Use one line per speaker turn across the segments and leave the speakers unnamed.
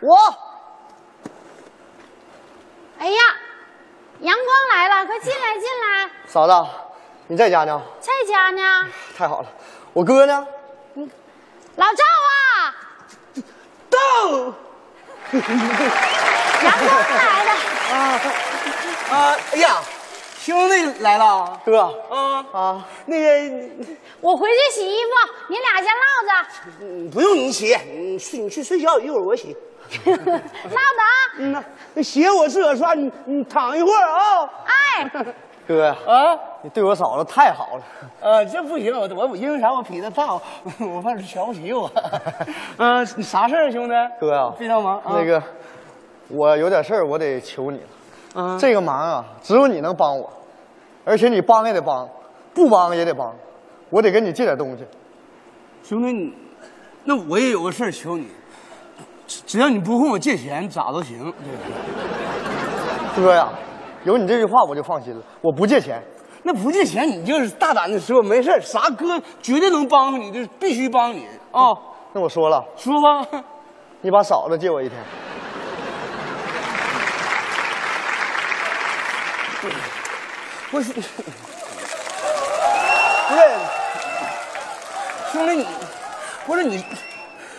我
哎呀，阳光来了，快进来进来，
嫂子，你在家呢？
在家呢。
太好了，我哥呢？
老赵啊，
豆
阳光来了，
啊，哎呀，兄弟来了
哥
啊！
啊，
那个
我回去洗衣服，你俩先唠着，
嗯不用你洗，你去你去睡觉，一会儿我洗。
唠着啊。
嗯呐，那鞋我自个儿穿，你你躺一会儿啊。
哎，
哥呀，
啊
你对我嫂子太好了。
呃，这不行，我我因为啥我比他大，我我怕瞧不 起我。嗯、你啥事儿，兄弟？
哥呀，
非常忙啊
那个，我有点事儿，我得求你了。
啊，
这个忙啊，只有你能帮我，而且你帮也得帮，不帮也得帮，我得跟你借点东西。
兄弟，你那我也有个事儿求你，只只要你不跟我借钱，咋都行。
哥呀，有你这句话我就放心了，我不借钱。
那不借钱，你就是大胆的说没事儿啥哥绝对能帮你，就是必须帮你啊、
那我说了，
说 吧，
你把嫂子借我一天。
我是不是兄弟你，不是你，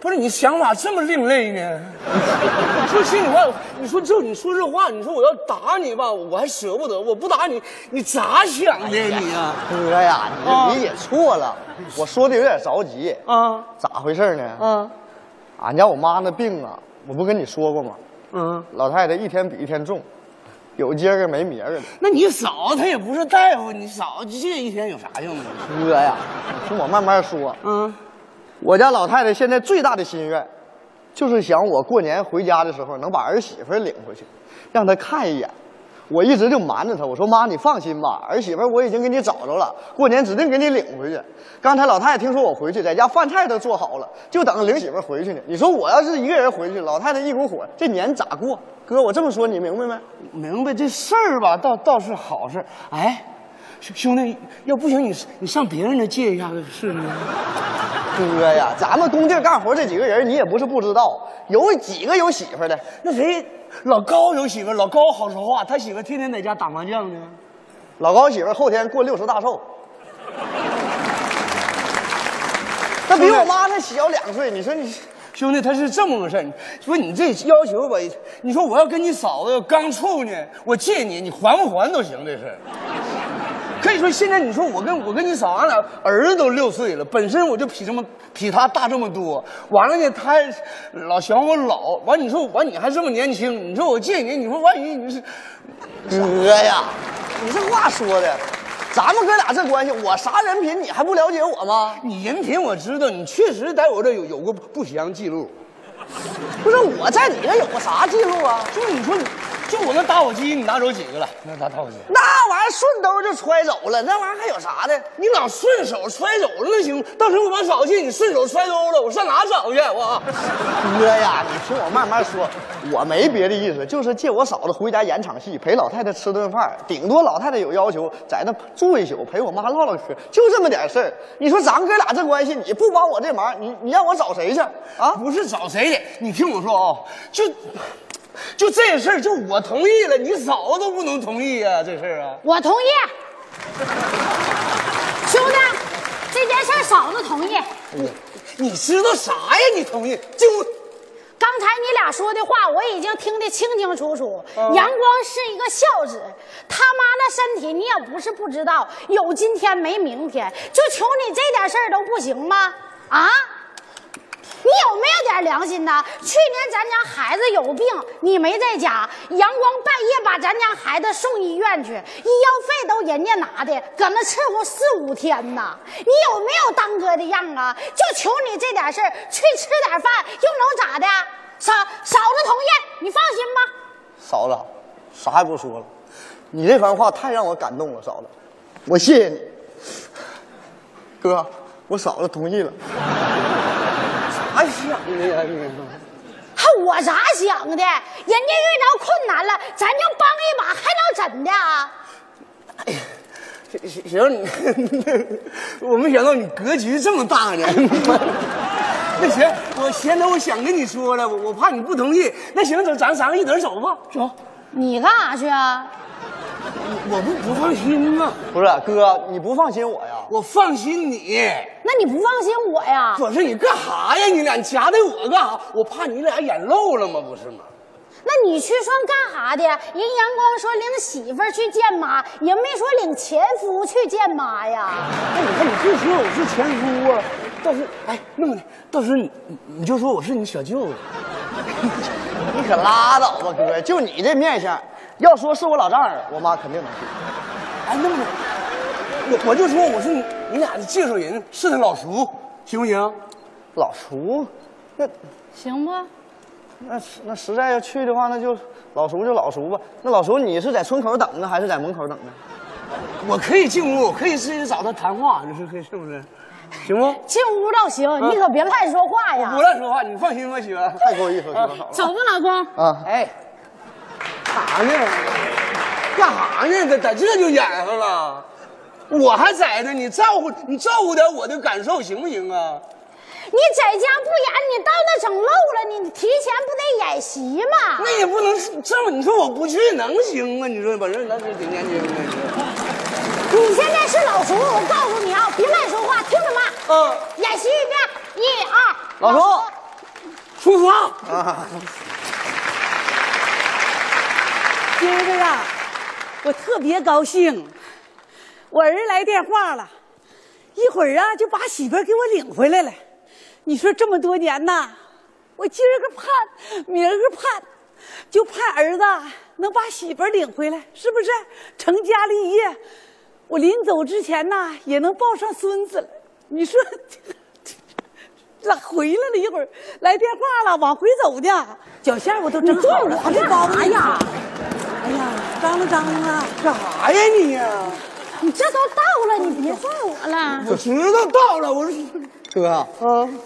不是你想法这么另类呢？ 我说心里话，你说这你说这话，你说我要打你吧，我还舍不得，我不打你，你咋想的你啊？
哥哎呀，你
啊
这理解错了，我说的有点着急。
啊
咋回事呢？
啊
俺家我妈那病啊，我不跟你说过吗？
嗯，
老太太一天比一天重，有今儿个没明儿个的。
那你嫂她也不是大夫，你嫂这一天有啥用啊？
哥呀，你听我慢慢说。
嗯，
我家老太太现在最大的心愿，就是想我过年回家的时候能把儿媳妇儿领回去，让她看一眼。我一直就瞒着她，我说妈，你放心吧，儿媳妇儿我已经给你找着了，过年指定给你领回去。刚才老太太听说我回去，在家饭菜都做好了，就等着领媳妇儿回去呢。你说我要是一个人回去，老太太一股火，这年咋过？哥，我这么说你明白没？
明白这事儿吧，倒倒是好事。哎，兄兄弟，要不行你你上别人那借一下子试试。
哥呀，咱们工地干活这几个人，你也不是不知道，有几个有媳妇儿的？
那谁，老高有媳妇儿，老高好说话，他媳妇儿天天在家打麻将呢。
老高媳妇儿后天过六十大寿，那比我妈她小两岁。你说你
兄弟，他是这么个事儿，你说你这要求吧，你说我要跟你嫂子刚处呢，我借你，你还不还都行，这事儿。可以说现在你说我跟我跟你嫂，俺俩儿子都六岁了，本身我就比这么比他大这么多，完了呢，他还老嫌我老，完你说完你还这么年轻，你说我借你，你说万一你是，
哥呀，你这话说的，咱们哥俩这关系，我啥人品你还不了解我吗？
你人品我知道，你确实在我这有有过不祥记录。
不是我在你这有个啥记录啊？
就你说你，就我那打火机，你拿走几个了？那拿打火机，
那玩意儿顺兜就揣走了，那玩意儿还有啥的？
你老顺手揣走了那行，到时候我把手机你顺手揣兜了，我上哪找去啊我？
哥呀，你听我慢慢说，我没别的意思，就是借我嫂子回家演场戏，陪老太太吃顿饭，顶多老太太有要求，在那住一宿，陪我妈唠唠嗑，就这么点事儿。你说咱哥俩这关系，你不帮我这忙，你你让我找谁去啊？
不是找谁去？你听我说啊、就就这事儿，就我同意了，你嫂子都不能同意啊，这事儿啊。
我同意。兄弟，这件事儿嫂子同意。
你知道啥呀？你同意就
刚才你俩说的话，我已经听得清清楚楚。阳光是一个孝子，他妈那身体你也不是不知道，有今天没明天，就求你这点事儿都不行吗？啊？你有没有点良心呢？去年咱家孩子有病，你没在家，阳光半夜把咱家孩子送医院去，医药费都人家拿的，搁那伺候四五天呢。你有没有当哥的样啊？就求你这点事儿，去吃点饭又能咋的？嫂嫂子同意，你放心吧。
嫂子，啥也不说了，你这番话太让我感动了，嫂子，我谢谢你。哥，我嫂子同意了。
哎想的呀？你
还我咋想的？人家遇着困难了，咱就帮一把，还能怎的啊？
行行 行，你我没想到你格局这么大呢。 那行，我闲头我想跟你说了，我我怕你不同意。那行，走，咱三个一起走吧。走，
你干啥去啊？
我不不放心啊，
不是哥，你不放心我呀？
我放心你。
那你不放心我呀？
不是你干啥呀？你俩你夹带我干啥？我怕你俩眼漏了吗？不是吗？
那你去说干啥的？人阳光说领媳妇儿去见妈，人没说领前夫去见妈呀。
那哎你看你就说我是前夫啊，到时候哎弄的，到时候你你你就说我是你小舅子。
你可拉倒吧，哥，就你这面相，要说是我老丈人，我妈肯定能信。
哎，那么的，我我就说我是你你俩的介绍人，是他老叔，行不行？
老叔，那
行吧，
那那实在要去的话，那就老叔就老叔吧。那老叔，你是在村口等呢，还是在门口等呢？
我可以进屋，我可以自己找他谈话，你说可以是不是？行不？
进屋倒行，
啊
你可别乱说话呀。
不乱说话，你放心吧，媳妇。
太够意思了，哥好了
走吧，老公。
啊！
哎，干啥呢？干啥呢？在在这就演上了，我还在呢，你照顾你照顾点我的感受行不行啊？
你在家不演，你到那整漏了，你提前不得演习吗？
那也不能是这么，你说我不去能行吗？你说本身那是挺年轻的，
你现在是老叔，我告诉你啊，别乱说话，听着妈。
嗯
演习一遍，一二。
啊老叔
出发。
今儿啊，我特别高兴，我儿来电话了，一会儿啊就把媳妇儿给我领回来了。你说这么多年呐，我今儿个盼，明儿个盼，就盼儿子能把媳妇儿领回来，是不是？成家立业，我临走之前呐也能抱上孙子了。你说， 咋回来了？一会儿来电话了，往回走呢，脚下我都整好了，还没包呢
呀？
哎呀，张罗张罗啊！
干啥呀你呀、
你这都到了，你别怪我
嗯
了。
我知道到了，我说
哥啊，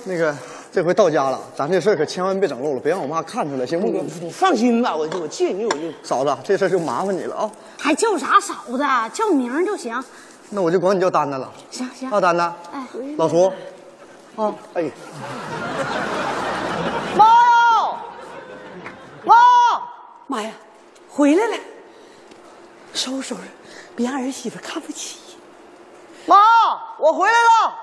那个这回到家了，咱这事儿可千万别整漏了，别让我妈看出来，行不哥？
你放心吧，我我借你我就
嫂子，这事儿就麻烦你了啊！
还叫啥嫂子？叫名儿就行。
那我就管你叫丹丹了。
行行
啊，丹丹，
哎
老叔，啊，哎，
妈哟！妈！
妈呀，回来了，收拾收拾，别让儿媳妇看不起。
妈，我回来了。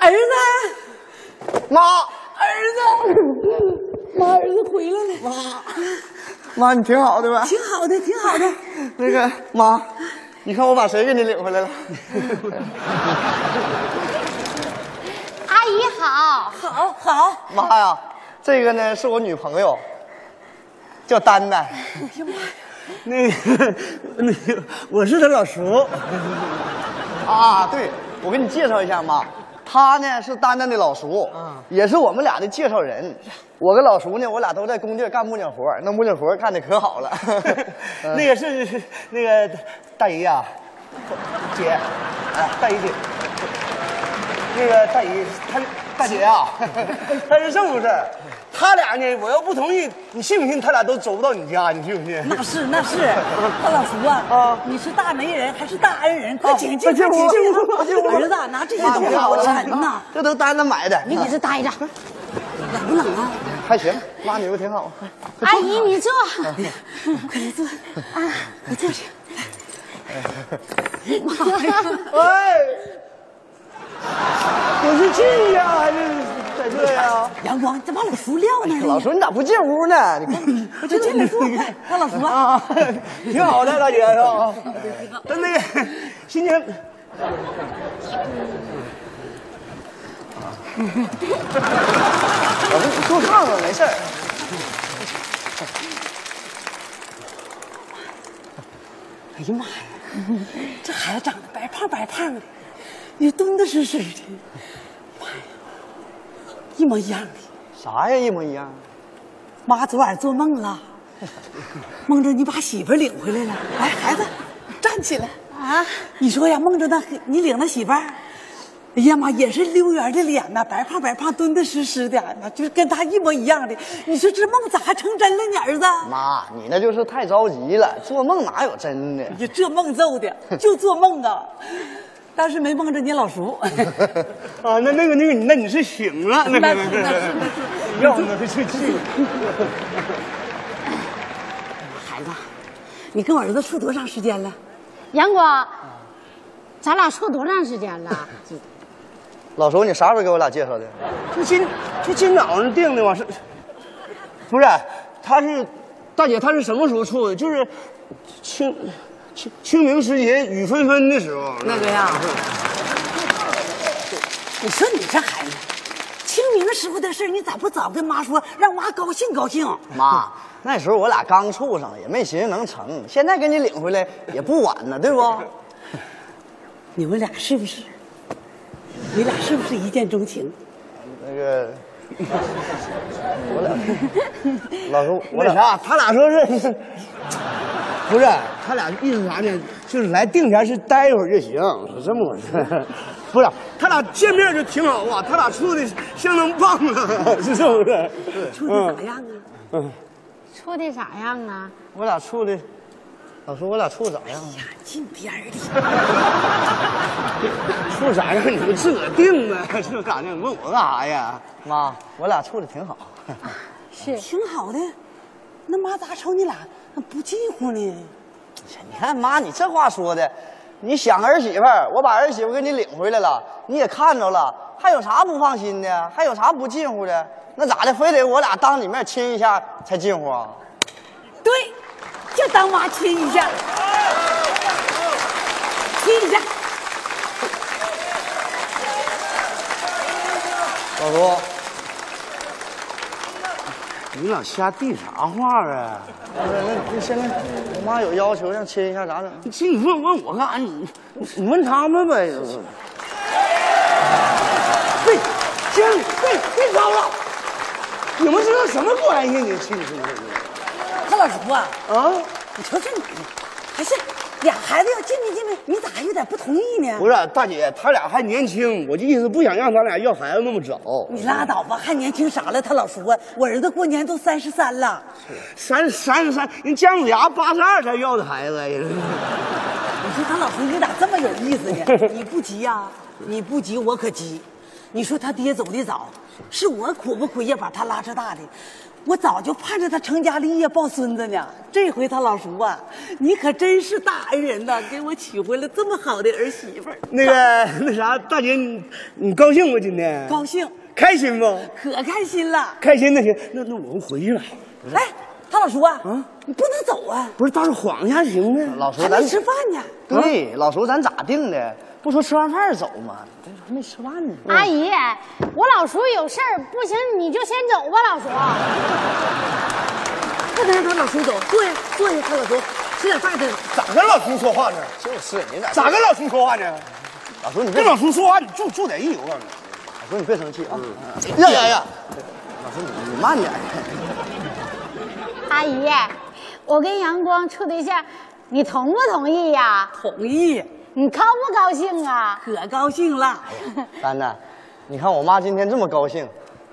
儿子，
妈，
儿子，妈，儿子回来了，
妈，你挺好的呗？
挺好的，挺好的。
那个妈，你看我把谁给你领回来了？
阿姨好，
好，好，
妈呀，这个呢是我女朋友，叫丹丹。
那个那个我是他老叔。
啊，对，我给你介绍一下妈，她呢是丹丹的老叔，
嗯
也是我们俩的介绍人。我跟老叔呢，我俩都在工地干木匠活儿那木匠活儿干的可 好了。嗯
那个是是那个大姨呀、啊姐，哎，大姨姐，那个大姨，她大 姐啊，她是这么回事儿他俩呢，我要不同意，你信不信？他俩都走不到你家，你信不信？
那是那是，大老叔啊，
啊
你是大媒人还是大恩人？快请进，
快进
快
屋
请进
快进屋
儿子，拿这些
妈
东 西好沉呐，，
这都丹丹买的，
你搁这待着。
冷不冷啊？
还行，妈你们挺好。
阿姨，你坐。
快来坐，啊，快坐下。
哎，我是进呀，还是在这呀？
阳光，这把老叔撂那儿
老
了呢，
叔你咋不进屋呢？你看
快进来坐，快，大老叔啊。
啊，挺好的，大姐 是吧？但那个新年，
老叔你坐炕上没事儿。
哎呀妈呀，这孩子长得白胖白胖的，也敦敦实实的，妈呀，一模一样的。
啥呀，一模一样。
妈昨晚做梦了，梦着你把媳妇儿领回来了。来，孩子，站起来啊！你说呀，梦着那你领那媳妇儿，哎呀妈，也是溜圆的脸呐、白胖白胖，敦敦实实的、那就是跟他一模一样的。你说这梦咋还成真了呢，儿子？
妈，你那就是太着急了，做梦哪有真的？
你这梦揍的，就做梦啊！当时没蒙着你老 叔，
啊，那那个那个，那你是醒了，那
那
个
是那 是那是
要不那是去。
孩子，你跟我儿子处多长时间了？
阳光，咱俩处多长时间了？
老叔，你啥时候给我俩介绍的？
就今就今早上定的嘛，是不是？他是大姐，他是什么时候处的？就是清清清明时节雨纷纷的时候。
那个呀，你说你这孩子，清明时候的事儿你咋不早跟妈说，让妈高兴高兴？
妈，那时候我俩刚处上，也没寻思能成，现在给你领回来也不晚呢，对 不？
你们俩是不是？你俩是不是一见钟情？
那 个，我俩，老叔，我
那
俩
啥，他俩说是， 不是他俩意思啥呢？就是来定前是待一会儿就行，是这么回事。 不是，他俩见面就挺好啊，他俩处的相当棒啊， 是这么回事。
处的
嗯
咋样啊？
处的咋样啊？
我俩处的，老叔，我俩处咋样啊？
近边儿的。
哎处啥样你们自个儿定 呗，是咋的？你问我干啥呀？
妈，我俩处的挺好。
是
挺好的，那妈咋瞅你俩不近乎呢？
你看妈，你这话说的，你想儿媳妇儿，我把儿媳妇给你领回来了，你也看着了，还有啥不放心的？还有啥不近乎的？那咋的？非得我俩当你面亲一下才近乎啊？
对，就当妈亲一下，亲一下。
老叔，
你俩瞎递啥话啊？
不是那那现在我妈有要求让亲一下，咋整？
这你问问我干啥？你你问他们呗。对，行，对，别吵了。你们这都什么关系？你亲亲的
他老叔啊，
啊？
你瞅这你，还是俩孩子要近没近没，你咋还有点不同意呢？
不是，大姐，他俩还年轻，我就意思不想让他俩要孩子那么早。
你拉倒吧，还年轻啥了？他老叔啊，我儿子过年都三十三了，
三三十三，人姜子牙八十二才要的孩子，哎人
你说他老叔你咋这么有意思呢？你不急呀、你不急，我可急。你说他爹走的早，是我苦不苦也把他拉扯大的，我早就盼着他成家立业抱孙子呢。这回他老叔啊，你可真是大恩人呐，给我娶回来这么好的儿媳妇儿，
那个那啥，大姐，你你高兴不？今天
高兴
开心不？
可开心了。
嗯开心那行，那那我们回去吧。
哎，他老叔啊，你不能走啊，
不是，到时候晃一下行呗。
老叔，
还
咱
没吃饭呢。
对，老叔，咱咋定的？不说吃完饭走吗？这还没吃饭呢。
阿姨，我老叔有事儿，不行你就先走吧，老叔。
不能让他老叔走，坐下坐下，他老叔吃点饭再走。
咋跟老叔说话呢？
就是你咋
咋跟老叔说话呢？
老叔，你别
跟老叔说话，你注注点意，我告诉你。
老叔，你别生气啊！呀呀呀！嗯老叔，你你慢点。
阿姨，我跟阳光处对象，你同不同意呀、
同意，
你高不高兴啊？
可高兴了。
丹丹，你看我妈今天这么高兴，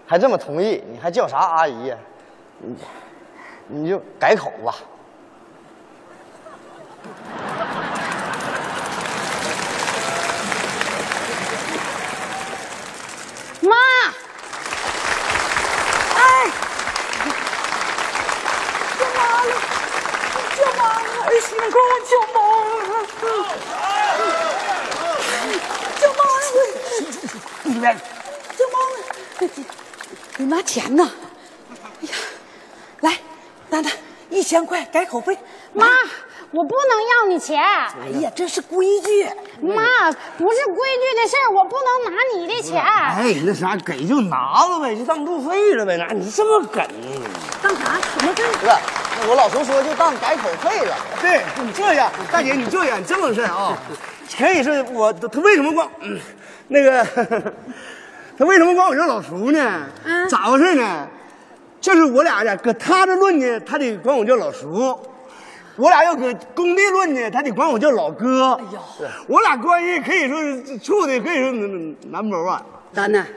还这么同意，你还叫啥阿姨呀？你你就改口吧。
妈，
哎，叫妈了，叫妈了，儿媳妇给我叫妈了，叫妈了，
你别，
叫妈了，你拿钱呢？哎呀，来，丹丹，一千块改口费。
妈，我不能要你钱。
哎呀，这是规矩。
妈，不是规矩的事儿，我不能拿你的钱。
哎，那啥，给就拿了呗，就当路费了呗。那你这么梗，
干啥？什么事儿？
不是，那我老叔说就当改口费了。
对你这样，大姐，你这样，你这么回事啊？可以是我他为什么光、嗯那个， 他为什么光我叫老叔呢？咋回事呢？就是我俩呀，搁他这论呢，他得管我叫老叔；我俩要搁工地论呢，他得管我叫老哥。哎呦，我俩关系可以说是处的可以说男不啊。
丹丹，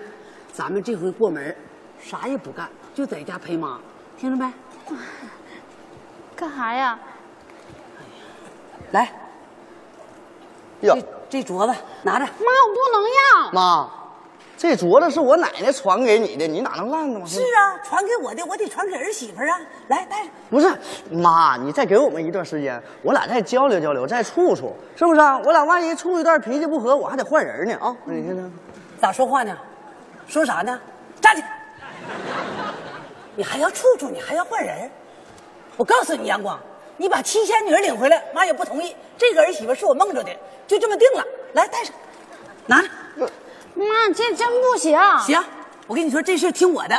咱们这回过门儿，啥也不干，就在家陪妈，听着没？
干啥呀？
来，
哟
这，这镯子拿着，
妈，我不能要。
妈，这镯子是我奶奶传给你的，你哪能烂呢吗？
是啊，传给我的，我得传给儿媳妇儿啊。来，戴上。
不是，妈，你再给我们一段时间，我俩再交流交流，再处处，是不是、啊？我俩万一处一段脾气不合，我还得换人呢啊！你看呢？
咋说话呢？说啥呢？站起来！你还要处处，你还要换人。我告诉你，阳光，你把七仙女领回来，妈也不同意。这个儿媳妇是我梦着的，就这么定了。来，戴上，拿着。
妈，这真不行。
行，我跟你说，这事儿听我的，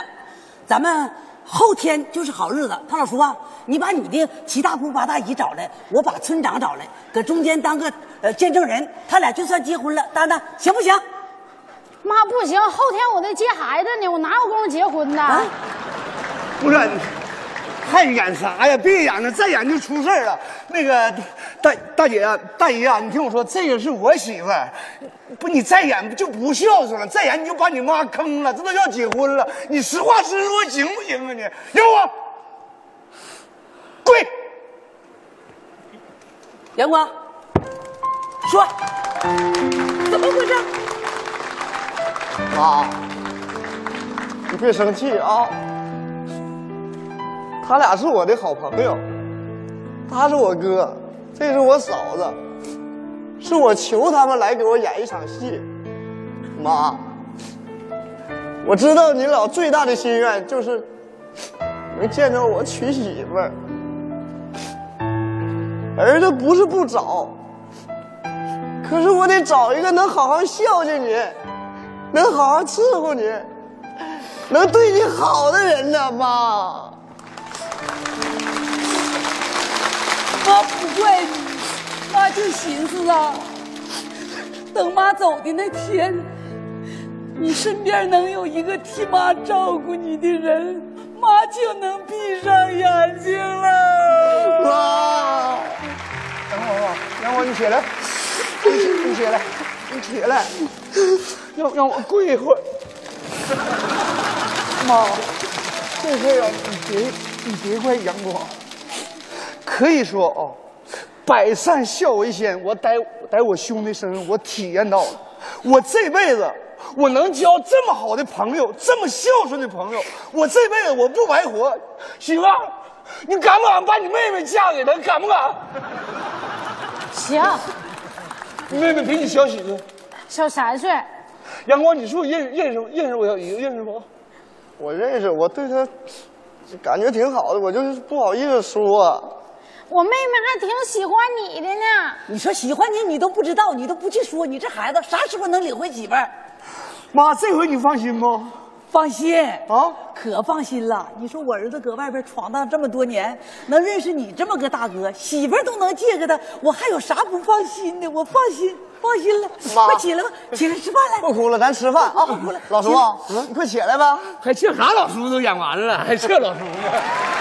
咱们后天就是好日子。唐老叔啊，你把你的七大姑八大姨找来，我把村长找来，搁中间当个呃见证人，他俩就算结婚了，丹丹行不行？
妈，不行，后天我得接孩子呢，我哪有功夫结婚呢？
啊，
不是，你还演啥哎呀？别演了，再演就出事儿了。那个大大姐啊，大姨啊，你听我说，这个是我媳妇儿，不，你再演就不孝顺了，再演你就把你妈坑了，这都要结婚了，你实话实说行不行啊你？你让我跪，
阳光，说怎么回事？
妈，啊你别生气啊。他俩是我的好朋友，他是我哥，这是我嫂子，是我求他们来给我演一场戏。妈，我知道您老最大的心愿就是能见着我娶媳妇儿。儿子不是不找，可是我得找一个能好好孝敬你。能好好伺候你，能对你好的人呢，妈。
妈不怪你，妈就寻思啊，等妈走的那天，你身边能有一个替妈照顾你的人，妈就能闭上眼睛了。
妈，
等会儿啊，让我你起来，你起你起来，你起来，让让我跪一会儿。妈，这事儿啊，你别你别怪阳光。可以说啊、百善孝为先。我在在我兄弟身上，我体验到了，我这辈子我能交这么好的朋友，这么孝顺的朋友，我这辈子我不白活。媳妇儿，你敢不敢把你妹妹嫁给他？敢不敢？
行，
你妹妹比你小几岁？
小三岁，
阳光，你是不是认认识认识我小姨子？认识不？
我认识，我对他感觉挺好的，我就是不好意思说。
我妹妹还挺喜欢你的呢。
你说喜欢你，你都不知道，你都不去说，你这孩子啥时候能领回媳妇儿？
妈，这回你放心不？
放心
啊，
可放心了。你说我儿子搁外边闯荡这么多年，能认识你这么个大哥，媳妇儿都能借给他，我还有啥不放心的？我放心，放心了。
妈
快起来吧，起来吃饭来。
不哭了，咱吃饭啊！
不哭了
嗯
老叔啊，你快起来吧。
还这啥老叔都演完了，还这老叔呢？